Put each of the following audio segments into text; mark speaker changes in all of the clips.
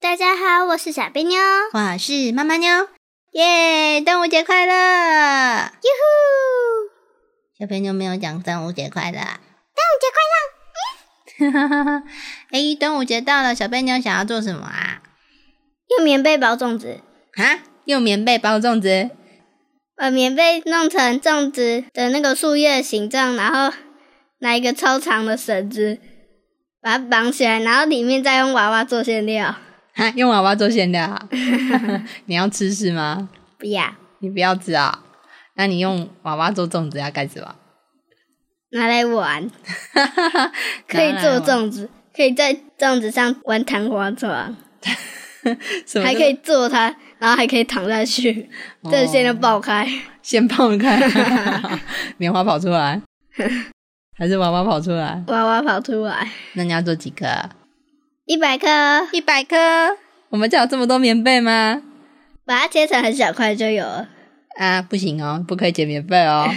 Speaker 1: 大家好，我是小贝妞，
Speaker 2: 我是妈妈妞，
Speaker 1: 耶！
Speaker 2: 端午节快乐！
Speaker 1: 哟呼！
Speaker 2: 小朋友没有讲端午节快乐啊？
Speaker 1: 端午节快乐！
Speaker 2: 哎，端午节到了，小贝妞想要做什么啊？
Speaker 1: 用棉被包粽子，
Speaker 2: 啊，用棉被包粽子？
Speaker 1: 把呃棉被弄成粽子的那个树叶形状，然后拿一个超长的绳子把它绑起来，然后里面再用娃娃做馅料。
Speaker 2: 啊，用娃娃做馅料啊？ 你要吃是吗？
Speaker 1: 不要，
Speaker 2: 你不要吃啊、那你用娃娃做粽子要干什么？
Speaker 1: 拿来玩，可以做
Speaker 2: 当然了，
Speaker 1: 粽子，可以在粽子上玩弹簧床，
Speaker 2: 什么
Speaker 1: 还可以坐它，然后还可以躺下去，这些都
Speaker 2: 哦
Speaker 1: 爆开。
Speaker 2: 先放 开，棉花跑出 来，还是娃娃跑出来？
Speaker 1: 娃娃跑出来，
Speaker 2: 那你要做几颗？
Speaker 1: 一百颗，
Speaker 2: 一百颗。我们家有这么多棉被吗？
Speaker 1: 把它切成很小块就有了。
Speaker 2: 啊，不行哦，不可以捡棉被 哦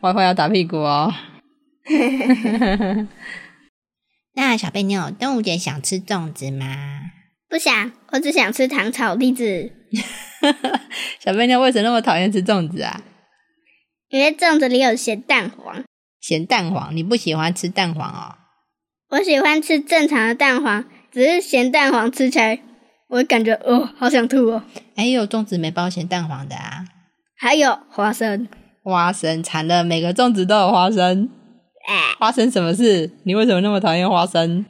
Speaker 2: ，WiFi 要打屁股哦。 那小贝妞，端午节想吃粽子吗？
Speaker 1: 不想，我只想吃糖炒栗子，
Speaker 2: 小贝妞为什么那么讨厌吃粽子啊？
Speaker 1: 因为粽子里有咸蛋黄。
Speaker 2: 咸蛋黄，你不喜欢吃蛋黄哦？
Speaker 1: 我喜欢吃正常的蛋黄，只是咸蛋黄吃起来，我感觉哦，好想吐哦。
Speaker 2: 哎，有粽子没包咸蛋黄的啊？
Speaker 1: 还有花生，
Speaker 2: 花生，惨了，每个粽子都有花生。
Speaker 1: 哎、
Speaker 2: 花生什么事？你为什么那么讨厌花生？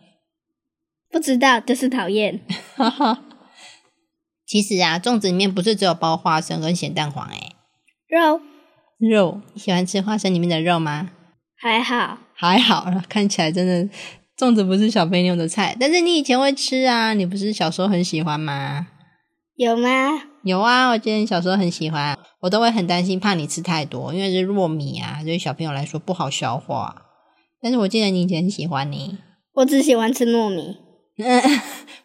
Speaker 1: 不知道就是讨厌。
Speaker 2: 哈哈。其实啊，粽子里面不是只有包花生跟咸蛋黄哎、
Speaker 1: 肉
Speaker 2: 肉，你喜欢吃花生里面的肉吗？
Speaker 1: 还好，
Speaker 2: 还好啦，看起来真的粽子不是小肥妞的菜，但是你以前会吃啊，你不是小时候很喜欢吗？
Speaker 1: 有吗？
Speaker 2: 有啊，我记得你小时候很喜欢，我都会很担心，怕你吃太多，因为是糯米啊，对于小朋友来说不好消化。但是我记得你以前很喜欢你，
Speaker 1: 我只喜欢吃糯米。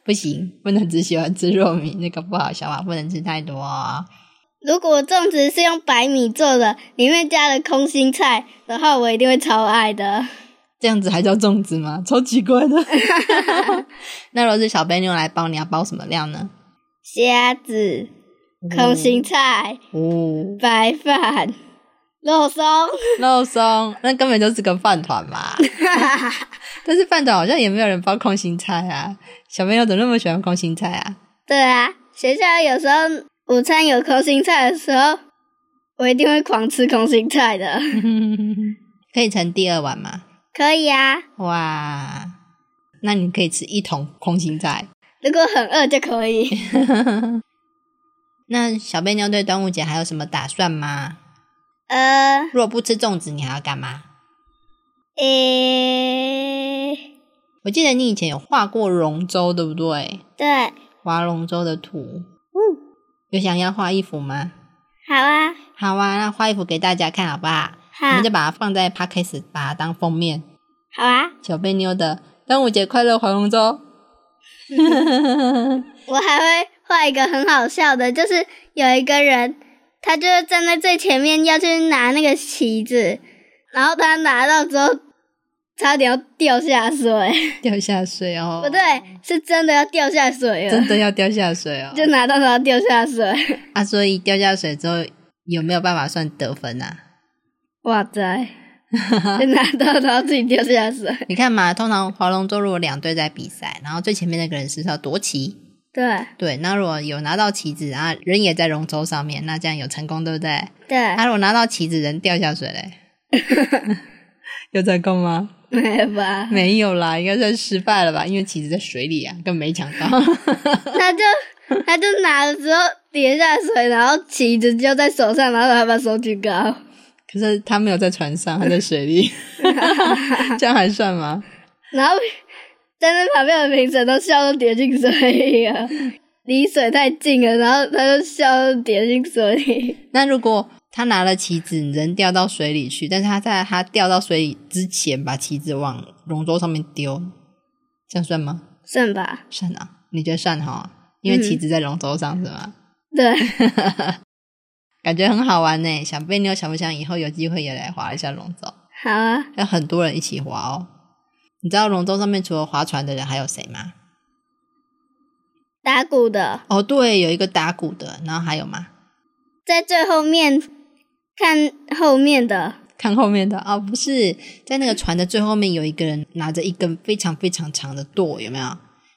Speaker 2: 不行，不能只喜欢吃糯米，那个不好消化，不能吃太多、哦。
Speaker 1: 如果粽子是用白米做的，里面加了空心菜的话，我一定会超爱的。
Speaker 2: 这样子还叫粽子吗？超奇怪的。那如果是小贝妞来包，你要包什么料呢？
Speaker 1: 虾子、空心菜、
Speaker 2: 哦，
Speaker 1: 白饭、肉松，
Speaker 2: 肉松，那根本就是个饭团嘛。但是饭团好像也没有人包空心菜啊。小朋友怎么那么喜欢空心菜啊？
Speaker 1: 对啊，学校有时候午餐有空心菜的时候，我一定会狂吃空心菜的。
Speaker 2: 可以盛第二碗吗？
Speaker 1: 可以啊，
Speaker 2: 哇，那你可以吃一桶空心菜。
Speaker 1: 如果很饿就可以。
Speaker 2: 那小贝妞对端午节还有什么打算吗？
Speaker 1: 呃，
Speaker 2: 如果不吃粽子，你还要干嘛？
Speaker 1: 诶、
Speaker 2: 我记得你以前有画过龙舟，对不对？
Speaker 1: 对，
Speaker 2: 划龙舟的图，有想要画衣服吗？
Speaker 1: 好啊，
Speaker 2: 好啊，那画衣服给大家看好不好？
Speaker 1: 好
Speaker 2: 我，们就把它放在 p a c k a s e 把它当封面。
Speaker 1: 好啊，
Speaker 2: 小贝妞的端午节快乐，划龙舟。
Speaker 1: 我还会画一个很好笑的，就是有一个人，他就是站在最前面要去拿那个旗子，然后他拿到之后，差点要掉下水，
Speaker 2: 掉下水哦！
Speaker 1: 不对，是真的要掉下水了
Speaker 2: 真。的要掉下水哦！
Speaker 1: 就拿到然后掉下水。
Speaker 2: 啊，所以掉下水之后有没有办法算得分啊？
Speaker 1: 哇塞！就拿到然后自己掉下水。
Speaker 2: 你看嘛，通常划龙舟如果两队在比赛，然后最前面那个人是不是要夺旗？
Speaker 1: 对
Speaker 2: 对，那如果有拿到旗子，然后人也在龙舟上面，那这样有成功，对不对？
Speaker 1: 对
Speaker 2: 那、，如果拿到旗子，人掉下水嘞，有成功吗？
Speaker 1: 没有吧？
Speaker 2: 没有啦，应该算失败了吧，因为旗子在水里啊，更没抢到。
Speaker 1: 他就他就拿了之后跌下水，然后旗子就在手上，然后他把手举高。
Speaker 2: 可是他没有在船上，他在水里，这样还算吗？
Speaker 1: 然后 站在旁边的评审都笑到跌进水里了， 离水太近了，然后他就笑到跌进水里。
Speaker 2: 那如果他拿了棋子，人掉到水里去，但是他在他掉到水里之前把棋子往龙舟上面丢，这样算吗？
Speaker 1: 算吧，
Speaker 2: 算啊，你觉得算哈？因为棋
Speaker 1: 嗯
Speaker 2: 子在龙舟上是吗？
Speaker 1: 对，
Speaker 2: 感觉很好玩呢，想被妞想不想以后有机会也来划一下龙舟？
Speaker 1: 好啊，
Speaker 2: 要很多人一起划哦。你知道龙舟上面除了划船的人还有谁吗？
Speaker 1: 打鼓的
Speaker 2: 哦，对，有一个打鼓的，然后还有吗？
Speaker 1: 在最后面看后面的，
Speaker 2: 看后面的哦，不是在那个船的最后面有一个人拿着一根非常非常长的舵，有没有？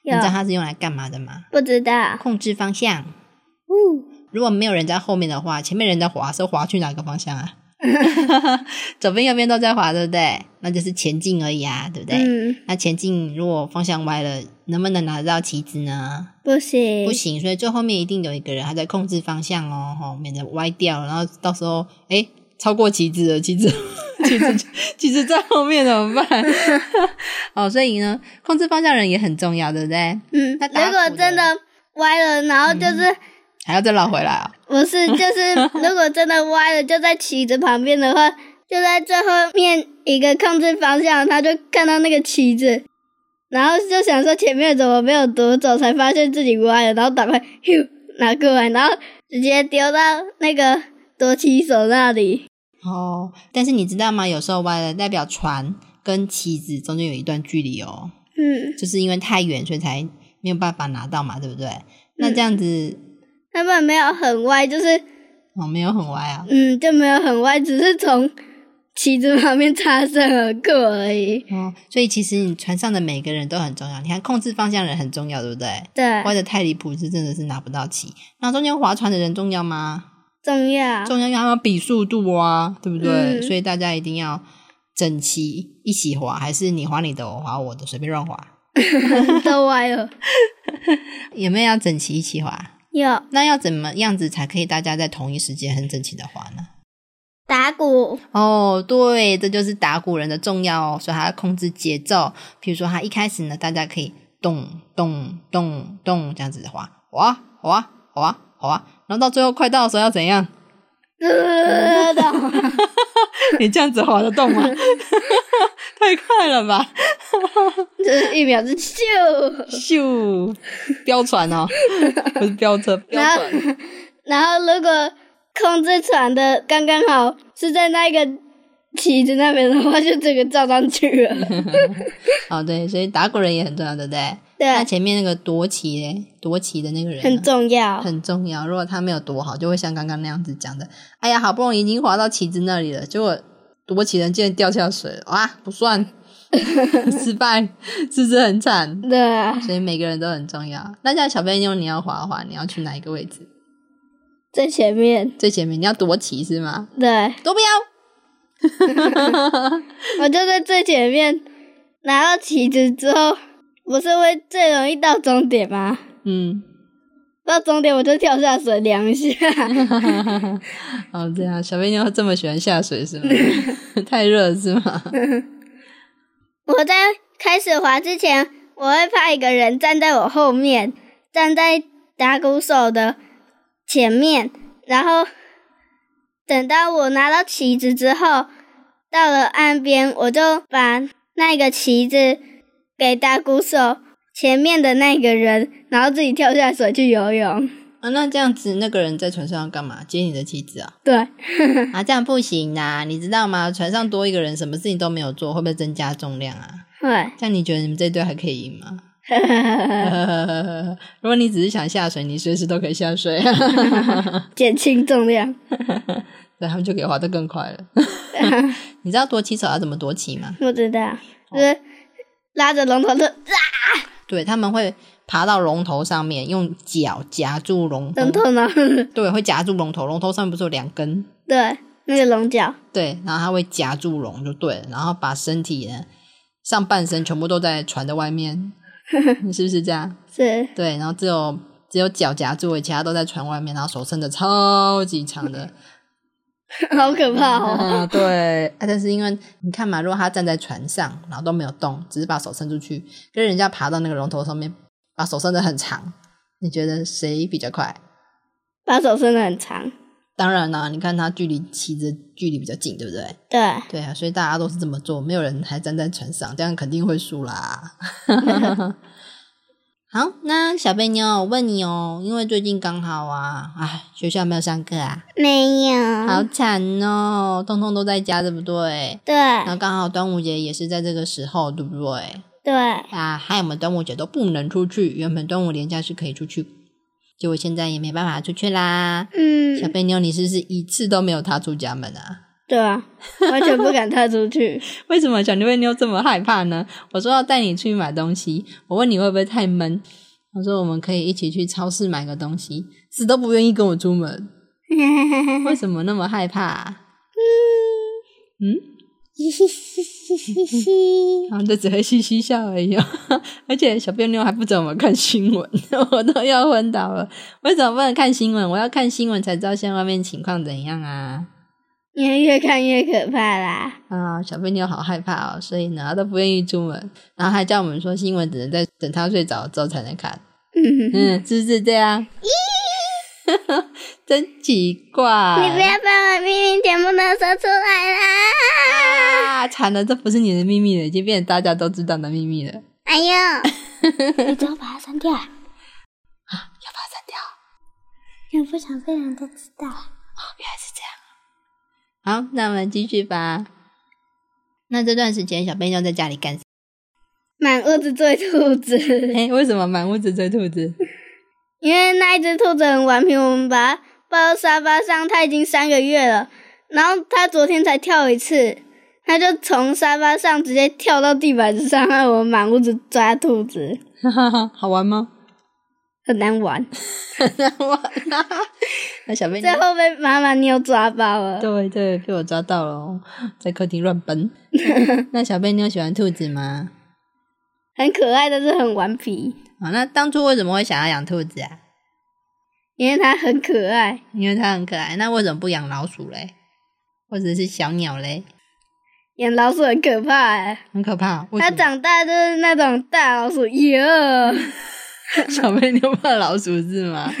Speaker 2: 你
Speaker 1: 有
Speaker 2: 知道它是用来干嘛的吗？
Speaker 1: 不知道，
Speaker 2: 控制方向。
Speaker 1: 嗯，
Speaker 2: 如果没有人在后面的话，前面人在滑，是滑去哪个方向啊？ 左边右边都在滑，对不对？那就是前进而已啊，对不对？
Speaker 1: 嗯，
Speaker 2: 那前进如果方向歪了，能不能拿得到旗子呢？
Speaker 1: 不行，
Speaker 2: 不行，所以最后面一定有一个人还在控制方向哦，吼，免得歪掉，然后到时候哎、诶超过旗子了，旗子 旗子旗子在后面怎么办？ 哦，所以呢，控制方向人也很重要，对不对？
Speaker 1: 嗯，
Speaker 2: 那打
Speaker 1: 如果
Speaker 2: 鼓的嗯
Speaker 1: 真的歪了，然后就是、
Speaker 2: 还要再绕回来啊、
Speaker 1: 不是就是， 如果真的歪了，就在旗子旁边的话，就在最后面一个控制方向，他就看到那个旗子，然后就想说前面怎么没有夺走，才发现自己歪了，然后赶快咻拿过来，然后直接丢到那个夺旗手那里。
Speaker 2: 哦，但是你知道吗？有时候歪了，代表船跟旗子中间有一段距离哦，
Speaker 1: 嗯，
Speaker 2: 就是因为太远，所以才没有办法拿到嘛，对不对？那这样子，
Speaker 1: 他们没有很歪，就是
Speaker 2: 哦，没有很歪啊。
Speaker 1: 嗯就没有很歪，只是从旗子旁边擦身而过而已。
Speaker 2: 哦，所以其实你船上的每个人都很重要。你看，控制方向人很重要，对不对？
Speaker 1: 对，
Speaker 2: 歪的太离谱是真的是拿不到旗。那中间划船的人重要吗？
Speaker 1: 重要。
Speaker 2: 重要，因为他们要比速度啊，对不对？
Speaker 1: 嗯
Speaker 2: 所以大家一定要整齐一起划，还是你划你的，我划我的，随便乱划，
Speaker 1: 都歪了。
Speaker 2: 有没有要整齐一起划？
Speaker 1: 有
Speaker 2: 那要怎么样子才可以大家在同一时间很整齐的划呢？
Speaker 1: 打鼓，
Speaker 2: 哦，对，这就是打鼓人的重要哦，所以他要控制节奏。比如说，他一开始呢，大家可以咚咚咚咚这样子滑滑滑滑滑，然后到最后快到的时候要怎样？
Speaker 1: 呃的，
Speaker 2: 你这样子滑得动吗？ 太快了吧！
Speaker 1: 就是一秒之秀，
Speaker 2: 咻，飙船哦，不是飙 车，飙
Speaker 1: 然后
Speaker 2: 船。
Speaker 1: 然后如果控制船的刚刚好是在那个旗子那边的话，就整个照上去了。
Speaker 2: 哦，对，所以打鼓人也很重要，对不对？那
Speaker 1: 对，
Speaker 2: 前面那个夺旗嘞，夺旗的那个人呢
Speaker 1: 很重要。
Speaker 2: 很重要。如果他没有躲好，就会像刚刚那样子讲的，哎呀，好不容易已经滑到旗子那里了，结果躲起人竟然掉下水了，哇，不算， 失败，是不是很 惨？
Speaker 1: 对啊，
Speaker 2: 所以每个人都很重要。那这样小飞妞，你要滑滑，你要去哪一个位置？
Speaker 1: 在前面。
Speaker 2: 最前面，你要躲起是吗？
Speaker 1: 对，
Speaker 2: 躲不要，
Speaker 1: 我就在最前面拿到旗子之后，不是会最容易到终点吗？
Speaker 2: 嗯，
Speaker 1: 到终点我就跳下水量一下，
Speaker 2: 哦，这样，小飞妞这么喜欢下水 是吗？太热了是吗？
Speaker 1: 我在开始滑之前，我会派一个人站在我后面，站在打鼓手的前面，然后等到我拿到旗子之后，到了岸边，我就把那个旗子给打鼓手前面的那个人，然后自己跳下水去游泳。
Speaker 2: 啊，那这样子，那个人在船上要干嘛？接你的妻子啊？
Speaker 1: 对，
Speaker 2: 啊，这样不行呐、你知道吗？船上多一个人，什么事情都没有做，会不会增加重量啊？
Speaker 1: 对，
Speaker 2: 这样你觉得你们这队还可以赢吗？ 如果你只是想下水，你随时都可以下水，
Speaker 1: 减轻重量。
Speaker 2: 那他们就可以滑得更快了。 你知道夺旗手要怎么夺旗吗？
Speaker 1: 我知道，就是拉着龙头的
Speaker 2: 对，他们会爬到龙头上面，用脚夹住龙头，
Speaker 1: 龙头呢，
Speaker 2: 对，会夹住龙头，龙头上面不是有两根？
Speaker 1: 对，那个龙角。
Speaker 2: 对，然后他会夹住龙就对了，然后把身体呢上半身全部都在船的外面， 是不是这样？
Speaker 1: 是，
Speaker 2: 对，然后只有只有脚夹住而已，其他都在船外面，然后手伸的超级长的，
Speaker 1: 好可怕 哦！
Speaker 2: 啊，对，啊但是因为你看嘛，如果他站在船上，然后都没有动，只是把手伸出去，跟人家爬到那个龙头上面，把手伸得很长，你觉得谁比较快？
Speaker 1: 把手伸的很长，
Speaker 2: 当然啦、你看他距离旗子距离比较近，对不对？
Speaker 1: 对，
Speaker 2: 对啊，所以大家都是这么做，没有人还站在船上，这样肯定会输啦。 好，那小贝妞，我问你哦，因为最近刚好啊，哎，学校没有上课啊，
Speaker 1: 没有，
Speaker 2: 好惨哦，通通都在家，对不对？
Speaker 1: 对
Speaker 2: 然后刚好端午节也是在这个时候，对不对？
Speaker 1: 对，
Speaker 2: 啊，害我们端午节都不能出去，原本端午连假是可以出去，结果现在也没办法出去啦。小
Speaker 1: 嗯，
Speaker 2: 贝妞，你是不是一次都没有踏出家门啊？
Speaker 1: 对啊，完全不敢踏出 去。
Speaker 2: 为什么小妞妞这么害怕呢？我说要带你出去买东西，我问你会不会太闷？我说我们可以一起去超市买个东西，死都不愿意跟我出门，为什么那么害怕、啊嗯，然后就只会嘻嘻笑而已、哦。 而且小妞妞还不准我们看新闻， 我都要昏倒了。为什么不能看新闻？我要看新闻才知道现在外面情况怎样啊！
Speaker 1: 因为越看越可怕啦。
Speaker 2: 啊，小贝妞好害怕哦，所以呢，她都不愿意出门，然后还叫我们说新闻只能在等她睡着之后才能看，
Speaker 1: 嗯，
Speaker 2: 嗯，是不是这样？ 真奇怪！
Speaker 1: 你不要把我秘密全部都说出来啦！
Speaker 2: 啊！惨了，这不是你的秘密了，已经变成大家都知道的秘密了。要
Speaker 1: 哎 呦，你只要把它删掉啊，
Speaker 2: 把它删掉。
Speaker 1: 因为不想被人家知道。
Speaker 2: 哦，原来是这样。好，那我们继续吧。那这段时间，小贝妞在家里干什
Speaker 1: 满屋子追兔子
Speaker 2: 么？，哎，为什么满屋子追兔子？
Speaker 1: 因为那一只兔子很顽皮，我们把它抱到沙发上，它已经三个月了，然后它昨天才跳一次，它就从沙发上直接跳到地板上，让我们满屋子抓兔子，
Speaker 2: 好玩吗？
Speaker 1: 很难玩，
Speaker 2: 那小贝妞
Speaker 1: 最后被妈妈妞抓包 了。
Speaker 2: 对对，被我抓到了哦，在客厅乱 奔。那小贝妞喜欢兔子吗？
Speaker 1: 很可爱，但是很顽皮，
Speaker 2: 啊、那当初为什么会想要养兔子啊？
Speaker 1: 因为它很可爱，
Speaker 2: 因为它很可爱。那为什么不养老鼠嘞？或者是小鸟嘞？
Speaker 1: 养老鼠很可怕哎。
Speaker 2: 很可怕。为
Speaker 1: 它
Speaker 2: 什么
Speaker 1: 长大就是那种大老鼠，耶！
Speaker 2: 小贝妞怕老鼠是 吗？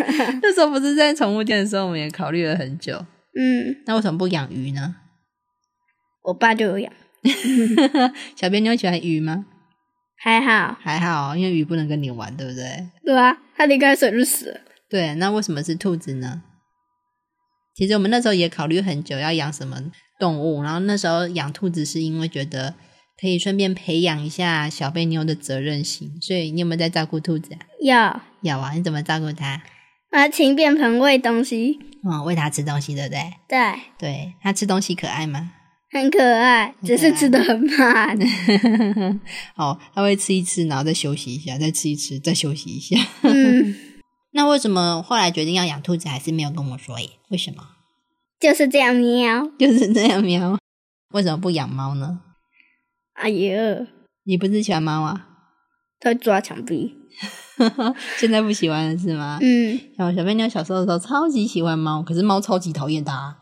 Speaker 2: 那时候不是在宠物店的时候，我们也考虑了很久。
Speaker 1: 嗯，
Speaker 2: 那为什么不养鱼呢？
Speaker 1: 我爸就有养，
Speaker 2: 小贝妞喜欢鱼吗？
Speaker 1: 还好，
Speaker 2: 还好哦，因为鱼不能跟你玩，对不对？
Speaker 1: 对啊，它离开水就死了。
Speaker 2: 对，那为什么是兔子呢？其实我们那时候也考虑很久要养什么动物，然后那时候养兔子是因为觉得可以顺便培养一下小贝妞的责任心，所以你有没有在照顾兔子啊？
Speaker 1: 要
Speaker 2: 有啊，你怎么照顾它？
Speaker 1: 啊，勤便盆喂东西，
Speaker 2: 嗯，喂它吃东西，对不对？
Speaker 1: 对，
Speaker 2: 对，它吃东西可爱吗？
Speaker 1: 很可爱，只是吃的很慢。
Speaker 2: 哦，它会吃一吃，然后再休息一下，再吃一吃，再休息一下。
Speaker 1: 嗯，
Speaker 2: 那为什么后来决定要养兔子，还是没有跟我说耶？为什么？
Speaker 1: 就是这样喵。
Speaker 2: 就是这样喵。为什么不养猫呢？
Speaker 1: 哎呦，
Speaker 2: 你不是喜欢猫啊？
Speaker 1: 它会抓墙壁。
Speaker 2: 现在不喜欢了是吗？
Speaker 1: 嗯，
Speaker 2: 像我小贝妞小时候的时候超级喜欢猫，可是猫超级讨厌它。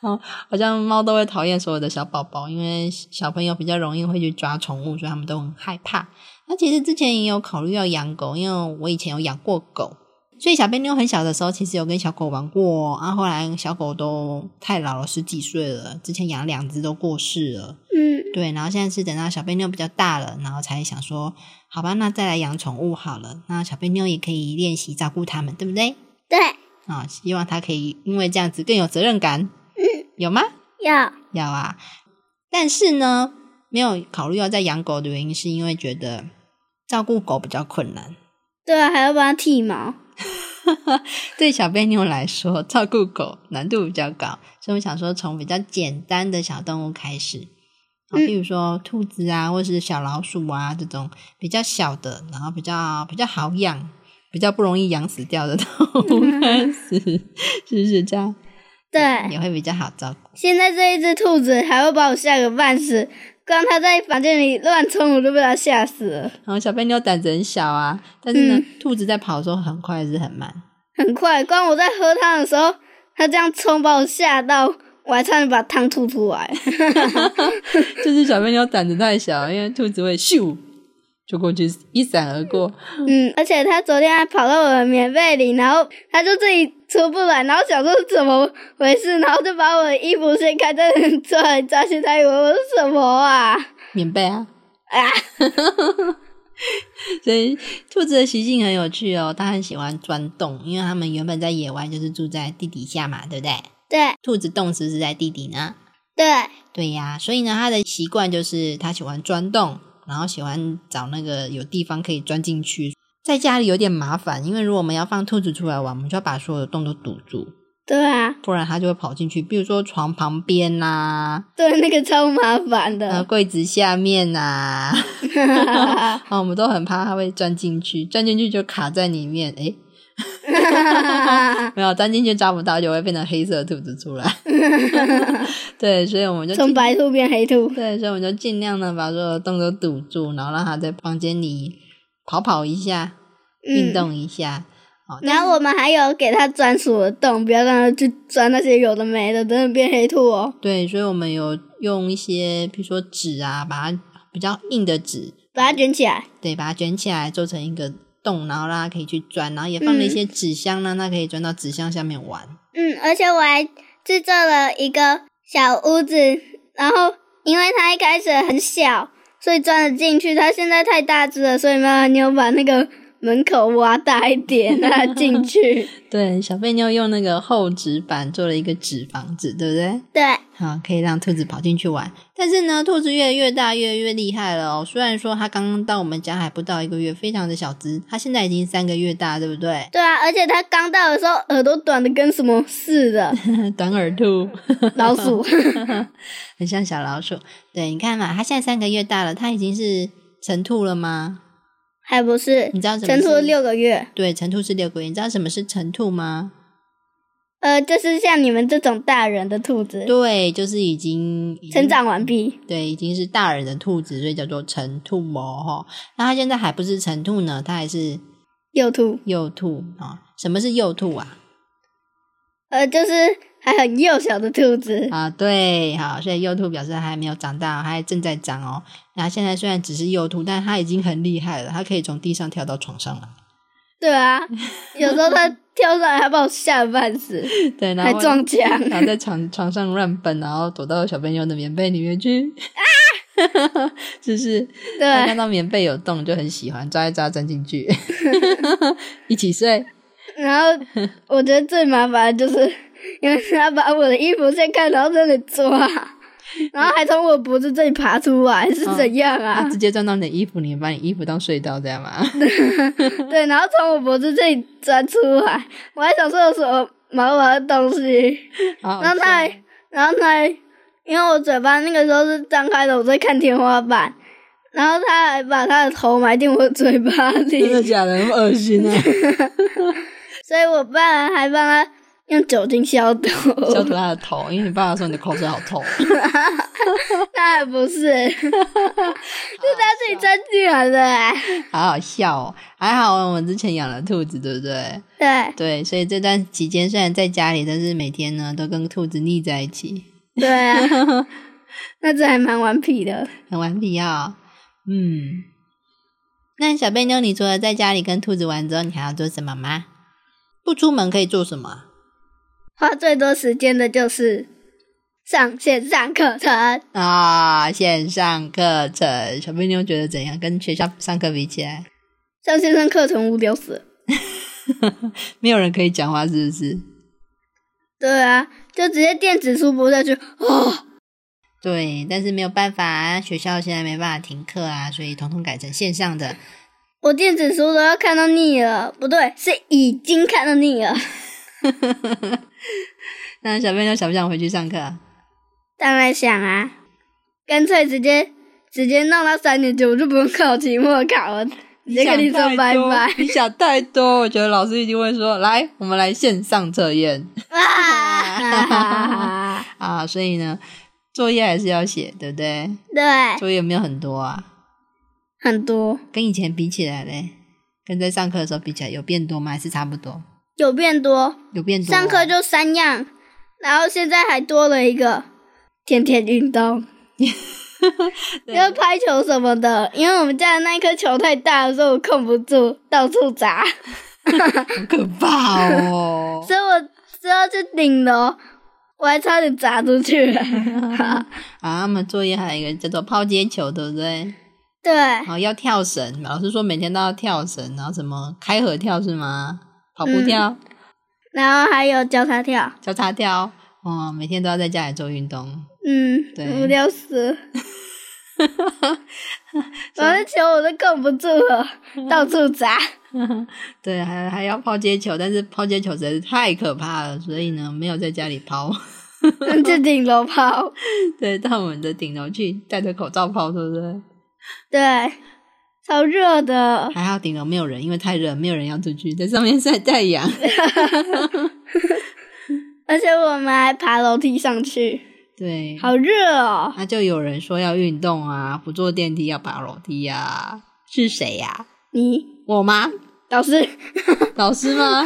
Speaker 2: 哦，好像猫都会讨厌所有的小宝宝，因为小朋友比较容易会去抓宠物，所以他们都很害怕。那其实之前也有考虑要养狗，因为我以前有养过狗，所以小贝妞很小的时候其实有跟小狗玩过。啊，后来小狗都太老了，十几岁了，之前养两只都过世了。
Speaker 1: 嗯，
Speaker 2: 对，然后现在是等到小贝妞比较大了，然后才想说，好吧，那再来养宠物好了。那小贝妞也可以练习照顾它们，对不对？
Speaker 1: 对，
Speaker 2: 啊、希望它可以因为这样子更有责任感， 有吗？
Speaker 1: 要
Speaker 2: 有啊。但是呢，没有考虑要再养狗的原因，是因为觉得照顾狗比较困难。
Speaker 1: 对啊，还要帮它剃毛。
Speaker 2: 对小贝妞来说，照顾狗难度比较高，所以我想说从比较简单的小动物开始，啊，
Speaker 1: 嗯
Speaker 2: 比如说兔子啊，或是小老鼠啊这种比较小的，然后比较比较好养，比较不容易养死掉的 动物开始，是不是这样？
Speaker 1: 对，
Speaker 2: 也会比较好照顾。
Speaker 1: 现在这一只兔子还会把我吓个半死，光它在房间里乱冲，我都被它吓死了。
Speaker 2: 然后小贝妞胆子很小啊，但是呢，
Speaker 1: 嗯
Speaker 2: 兔子在跑的时候很快还是很慢，
Speaker 1: 很快，光我在喝汤的时候，他这样冲把我吓到，我还差点把汤吐出来。
Speaker 2: 就是小笨妞胆子太小，因为兔子会咻就过去一闪而过。
Speaker 1: 嗯，而且他昨天还跑到我的棉被里，然后他就自己出不来，然后想说是怎么回事，然后就把我的衣服掀开，在那里抓来抓去，他以为我是什么啊？
Speaker 2: 棉被啊啊！ 所以兔子的习性很有趣哦，它很喜欢钻洞，因为它们原本在野外就是住在地底下嘛，对不对？
Speaker 1: 对
Speaker 2: 兔子洞是不是在地底呢？
Speaker 1: 对，
Speaker 2: 对呀、所以呢，它的习惯就是它喜欢钻洞，然后喜欢找那个有地方可以钻进去。在家里有点麻烦，因为如果我们要放兔子出来玩，我们就要把所有的洞都堵住，
Speaker 1: 对啊，
Speaker 2: 不然它就会跑进去。比如说床旁边呐、
Speaker 1: 对，那个超麻烦
Speaker 2: 呃，
Speaker 1: 的。
Speaker 2: 柜子下面呐、 啊，我们都很怕它会钻进去，钻进去就卡在里面，诶，没有钻进去抓不到，就会变成黑色的兔子 出来。对，所以我们就
Speaker 1: 从白兔变黑兔，
Speaker 2: 对，所以我们就尽量呢把所有的洞都堵住，然后让它在房间里跑跑一下，运
Speaker 1: 嗯
Speaker 2: 动一下。哦，
Speaker 1: 然后我们还有给它专属的洞，不要让它去钻那些有的没的，真的变黑兔哦。
Speaker 2: 对，所以我们有用一些，比如说纸啊，把它比较硬的纸，
Speaker 1: 把它卷起来，
Speaker 2: 对，把它卷起来做成一个洞，然后让它可以去钻，然后也放了一些纸箱，让它可以钻到纸箱下面玩。
Speaker 1: 嗯，而且我还制作了一个小屋子，然后因为它一开始很小，所以钻得进去。它现在太大只了，所以妈妈你有把那个门口挖大一点，让它进 去。
Speaker 2: 对，小贝妞用那个厚纸板做了一个纸房子，对不对？
Speaker 1: 对，
Speaker 2: 好，可以让兔子跑进去玩。但是呢，兔子越来越大，越来越厉害了哦。虽然说它刚刚到我们家还不到一个月，非常的小只，它现在已经三个月大，对不对？
Speaker 1: 对啊，而且它刚到的时候耳朵短的跟什么似的，
Speaker 2: 短耳兔，
Speaker 1: 老 鼠。
Speaker 2: 很像小老鼠。对，你看嘛，它现在三个月大了，它已经是成兔了吗？
Speaker 1: 还不是
Speaker 2: 你知嗯道什么
Speaker 1: 成
Speaker 2: 是
Speaker 1: 兔六个月，
Speaker 2: 对，成兔是六个月。你知道什么是成兔吗？
Speaker 1: 呃，就是像你们这种大人的兔子，
Speaker 2: 对，就是已经已经
Speaker 1: 成长完毕。
Speaker 2: 对，已经是大人的兔子，所以叫做成兔哦。吼那它现在还不是成兔呢，它还是
Speaker 1: 幼兔，
Speaker 2: 幼兔啊、哦什么是幼兔啊？
Speaker 1: 呃，就是还很幼小的兔子，
Speaker 2: 啊，对，好，所以幼兔表示它还没有长大，它还正在长哦。然后现在虽然只是幼兔，但它已经很厉害了，它可以从地上跳到床上了。
Speaker 1: 对 啊，有时候它跳上来还把我吓得半死，
Speaker 2: 对，然
Speaker 1: 还
Speaker 2: 后
Speaker 1: 撞墙。
Speaker 2: 然后在床床上乱奔，然后躲到小朋友的棉被里面去。 啊！就是它
Speaker 1: 对，
Speaker 2: 看 到棉被有洞就很喜欢，抓一抓钻进 去， 一起睡。
Speaker 1: 然后我觉得最麻烦的就是，因为它把我的衣服掀开，然后在那里 抓，然后还从我脖子这里爬出来，是怎样啊
Speaker 2: 它？直接钻到你的衣服里，把你衣服当隧道，这样吗？嗯
Speaker 1: 对，然后从我脖子这里钻出来，我还想说有什么毛毛的东西，
Speaker 2: 好好
Speaker 1: 然后它
Speaker 2: 笑
Speaker 1: 还，然后它还，因为我嘴巴那个时候是张开的，我在看天花板，然后它还把它的头埋进我嘴巴
Speaker 2: 真的
Speaker 1: 里，
Speaker 2: 假的？那么恶心啊！
Speaker 1: 所以我爸还帮它用酒精消毒，
Speaker 2: 消 毒它的头，因为你爸爸说你的口水好痛。
Speaker 1: 那还不是， 是它自己钻进来的、欸，
Speaker 2: 好好笑哦！还好我们之前养了兔子，对不对？
Speaker 1: 对
Speaker 2: 对，所以这段期间虽然在家里，但是每天呢都跟兔子腻在一起，
Speaker 1: 对啊， 那只还蛮顽皮的，
Speaker 2: 很顽皮啊、嗯，那小贝妞，你除了在家里跟兔子玩之后，你还要做什么吗？不出门可以做什么啊？
Speaker 1: 花最多时间的就是上线上课程。
Speaker 2: 啊，线上课程，小贝妞觉得怎样？跟学校上课比起来，
Speaker 1: 上线上课程无聊死了。
Speaker 2: 没有人可以讲话，是不是？
Speaker 1: 对啊，就直接电子书播下去哦。
Speaker 2: 对，但是没有办法啊，学校现在没办法停课啊，所以统统改成线上的。
Speaker 1: 我电子书都要看到腻了，不对，是已经看到腻了。
Speaker 2: 那小朋友想不想回去上课？啊
Speaker 1: 当然想啊，干脆直接直接弄到三年级，我就不用考期末考了，直接跟你说拜拜。
Speaker 2: 你想太多，我觉得老师一定会说：“来，我们来线上测 验
Speaker 1: 啊，
Speaker 2: 啊！”所以呢，作业还是要写，对不对？
Speaker 1: 对，
Speaker 2: 作业没有很多啊，
Speaker 1: 很多
Speaker 2: 跟以前比起来嘞，跟在上课的时候比起来，有变多吗？还是差不多？
Speaker 1: 有变多，
Speaker 2: 有变多哦。
Speaker 1: 上课就三样，然后现在还多了一个天天运动，
Speaker 2: 对
Speaker 1: 要拍球什么的。因为我们家的那一颗球太大了，所以我控不住，到处砸。！
Speaker 2: 好可怕哦
Speaker 1: 所以我之后去顶楼，我还差点砸出去了。
Speaker 2: 啊，他们作业还有一个叫做抛接球，对不对？
Speaker 1: 对，
Speaker 2: 然后要跳绳，老师说每天都要跳绳，然后什么开合跳是吗？跑步跳、
Speaker 1: 然后还有教他跳，
Speaker 2: 交叉跳，哦，每天都要在家里做运动。
Speaker 1: 嗯，
Speaker 2: 对
Speaker 1: 无聊死了。我的球我都控不住了，到处砸。
Speaker 2: 对，还还要抛接球，但是抛接球实在是太可怕了，所以呢，没有在家里抛，
Speaker 1: 去顶楼抛。
Speaker 2: 对，到我们的顶楼去，戴着口罩抛，对不对？
Speaker 1: 对，超热的。
Speaker 2: 还好顶楼没有人，因为太热，没有人要出去，在上面晒太阳。
Speaker 1: 而且我们还爬楼梯上去，
Speaker 2: 对，
Speaker 1: 好热哦！
Speaker 2: 那就有人说要运动啊，不坐电梯要爬楼梯呀、是谁啊呀、
Speaker 1: 你
Speaker 2: 我吗？
Speaker 1: 老师，
Speaker 2: 老师 吗？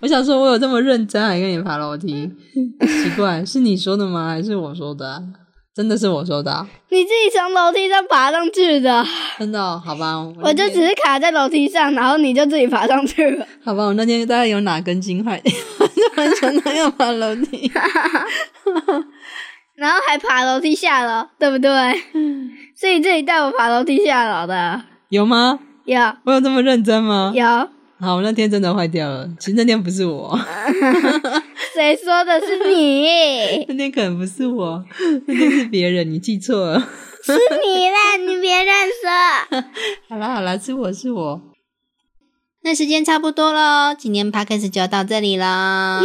Speaker 2: 我想说，我有这么认真，还跟你爬楼梯， 奇怪，是你说的吗？还是我说的啊、真的是我说的啊、
Speaker 1: 你自己从楼梯上爬上去的，
Speaker 2: 真的哦、好吧，我
Speaker 1: 我就只是卡在楼梯上，然后你就自己爬上去了。
Speaker 2: 好吧，我那天大概有哪根筋坏掉， 就完全没有爬楼梯。
Speaker 1: 然后还爬楼梯下楼，对不对？是你自己带我爬楼梯下楼的，
Speaker 2: 有吗？
Speaker 1: 有
Speaker 2: 我有这么认真吗？
Speaker 1: 有，
Speaker 2: 好，我那天真的坏掉了。其实那天不是我，
Speaker 1: 谁说的是 你？
Speaker 2: 那天可能不是我， 那天是别人，你记错了。
Speaker 1: 是你啦，你别乱说。
Speaker 2: 好啦好啦，是我是我。那时间差不多喽，今天 podcast 就到这里啦。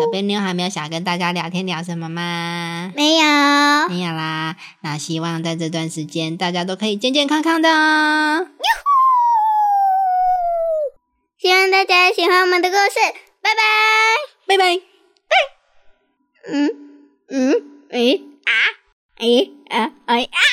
Speaker 2: 小贝妞还没有想跟大家聊天聊什么吗？
Speaker 1: 没有，
Speaker 2: 没有啦。那希望在这段时间大家都可以健健康康的哦。
Speaker 1: 希望大家喜欢我们的故事，拜拜。
Speaker 2: 拜拜。
Speaker 1: 嗯嗯，诶啊，诶啊，哎啊！